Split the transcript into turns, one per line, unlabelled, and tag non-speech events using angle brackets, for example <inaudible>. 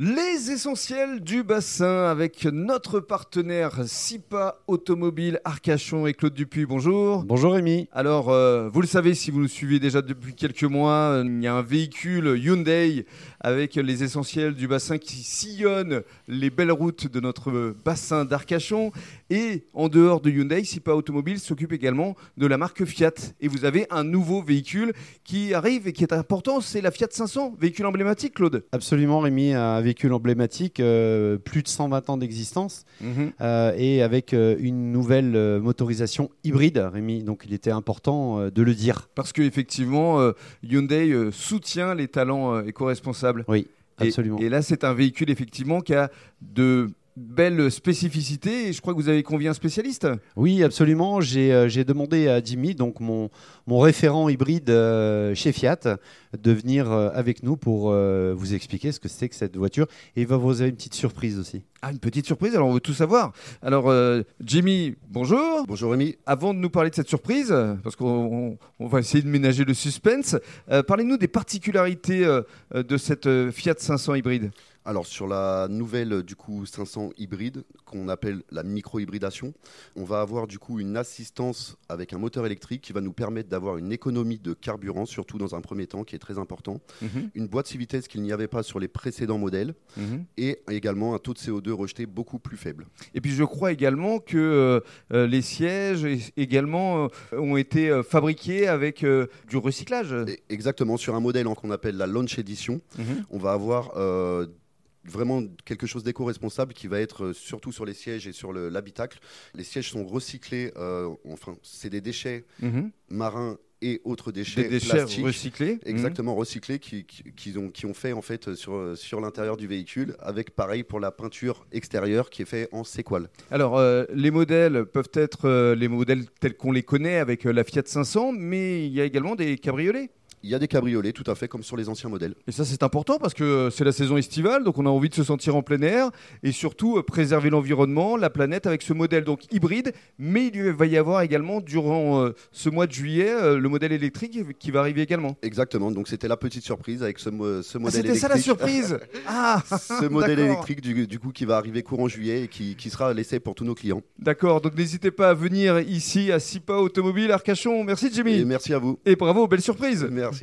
Les essentiels du bassin avec notre partenaire SIPA Automobile Arcachon et Claude Dupuis. Bonjour.
Bonjour Rémi.
Alors, euh, vous le savez, si vous nous suivez déjà depuis quelques mois, euh, il y a un véhicule Hyundai avec les essentiels du bassin qui sillonne les belles routes de notre euh, bassin d'Arcachon. Et en dehors de Hyundai, SIPA Automobile s'occupe également de la marque Fiat. Et vous avez un nouveau véhicule qui arrive et qui est important, c'est la Fiat 500, véhicule emblématique, Claude.
Absolument Rémi, un véhicule emblématique, euh, plus de 120 ans d'existence euh, et avec euh, une nouvelle euh, motorisation hybride Rémi. Donc il était important euh, de le dire.
Parce qu'effectivement, Hyundai euh, soutient les talents euh, éco-responsables.
Oui,
Et-
absolument.
Et, là, c'est un véhicule, effectivement, qui a de belles spécificités. Et je crois que vous avez convié un spécialiste.
Oui, absolument. J'ai euh, j'ai demandé à Jimmy, donc mon, mon référent hybride euh, chez Fiat, de venir euh, avec nous pour euh, vous expliquer ce que c'est que cette voiture. Et il va vous avez une petite surprise aussi.
Ah, une petite surprise, alors on veut tout savoir. Alors, euh, Jimmy, bonjour.
Bonjour Rémi.
Avant de nous parler de cette surprise, euh, parce qu'on on- on va essayer de ménager le suspense, euh, parlez-nous des particularités euh, euh, de cette euh, Fiat 500 hybride.
Alors sur la nouvelle du coup 500 hybride qu'on appelle la micro-hybridation, on va avoir du coup une assistance avec un moteur électrique qui va nous permettre d'avoir une économie de carburant, surtout dans un premier temps qui est très important,
Mm-hmm,
une boîte six vitesses qu'il n'y avait pas sur les précédents modèles et également un taux de CO2 rejeté beaucoup plus faible.
Et puis je crois également que euh, euh, les sièges é- également euh, ont été euh, fabriqués avec euh, du recyclage.
Et exactement sur un modèle hein, qu'on appelle la Launch Edition,
Mhm.
on va avoir euh, vraiment quelque chose d'éco-responsable qui va être euh, surtout sur les sièges et sur le- l'habitacle. Les sièges sont recyclés, euh, enfin, c'est des déchets
Mhm.
marins et autres déchets,
Des Mmh. déchets
plastiques.
recyclés.
Exactement, recyclés qui, qui- qu'ils ont, qui ont fait en fait euh, sur, euh, sur l'intérieur du véhicule, avec pareil pour la peinture extérieure qui est faite en séquoile.
Alors, euh, les modèles peuvent être euh, les modèles tels qu'on les connaît avec euh, la Fiat 500, mais il y a également des cabriolets.
Il y a des cabriolets, tout à fait comme sur les anciens modèles.
Et ça, c'est important parce que euh, c'est la saison estivale, donc on a envie de se sentir en plein air et surtout euh, préserver l'environnement, la planète avec ce modèle donc hybride. Mais il va y avoir également, durant euh, ce mois de juillet, euh, le modèle électrique qui va arriver également.
Exactement, donc c'était la petite surprise avec ce, mo- ce
Ah,
modèle
C'était
électrique.
ça la
<laughs>
surprise Ah
ce modèle
D'accord.
électrique du, du coup qui va arriver courant juillet et qui, qui sera laissé pour tous nos clients.
D'accord, donc n'hésitez pas à venir ici à SIPA Automobile Arcachon. Merci Jimmy
Et merci à vous.
Et bravo, belle surprise
Merci.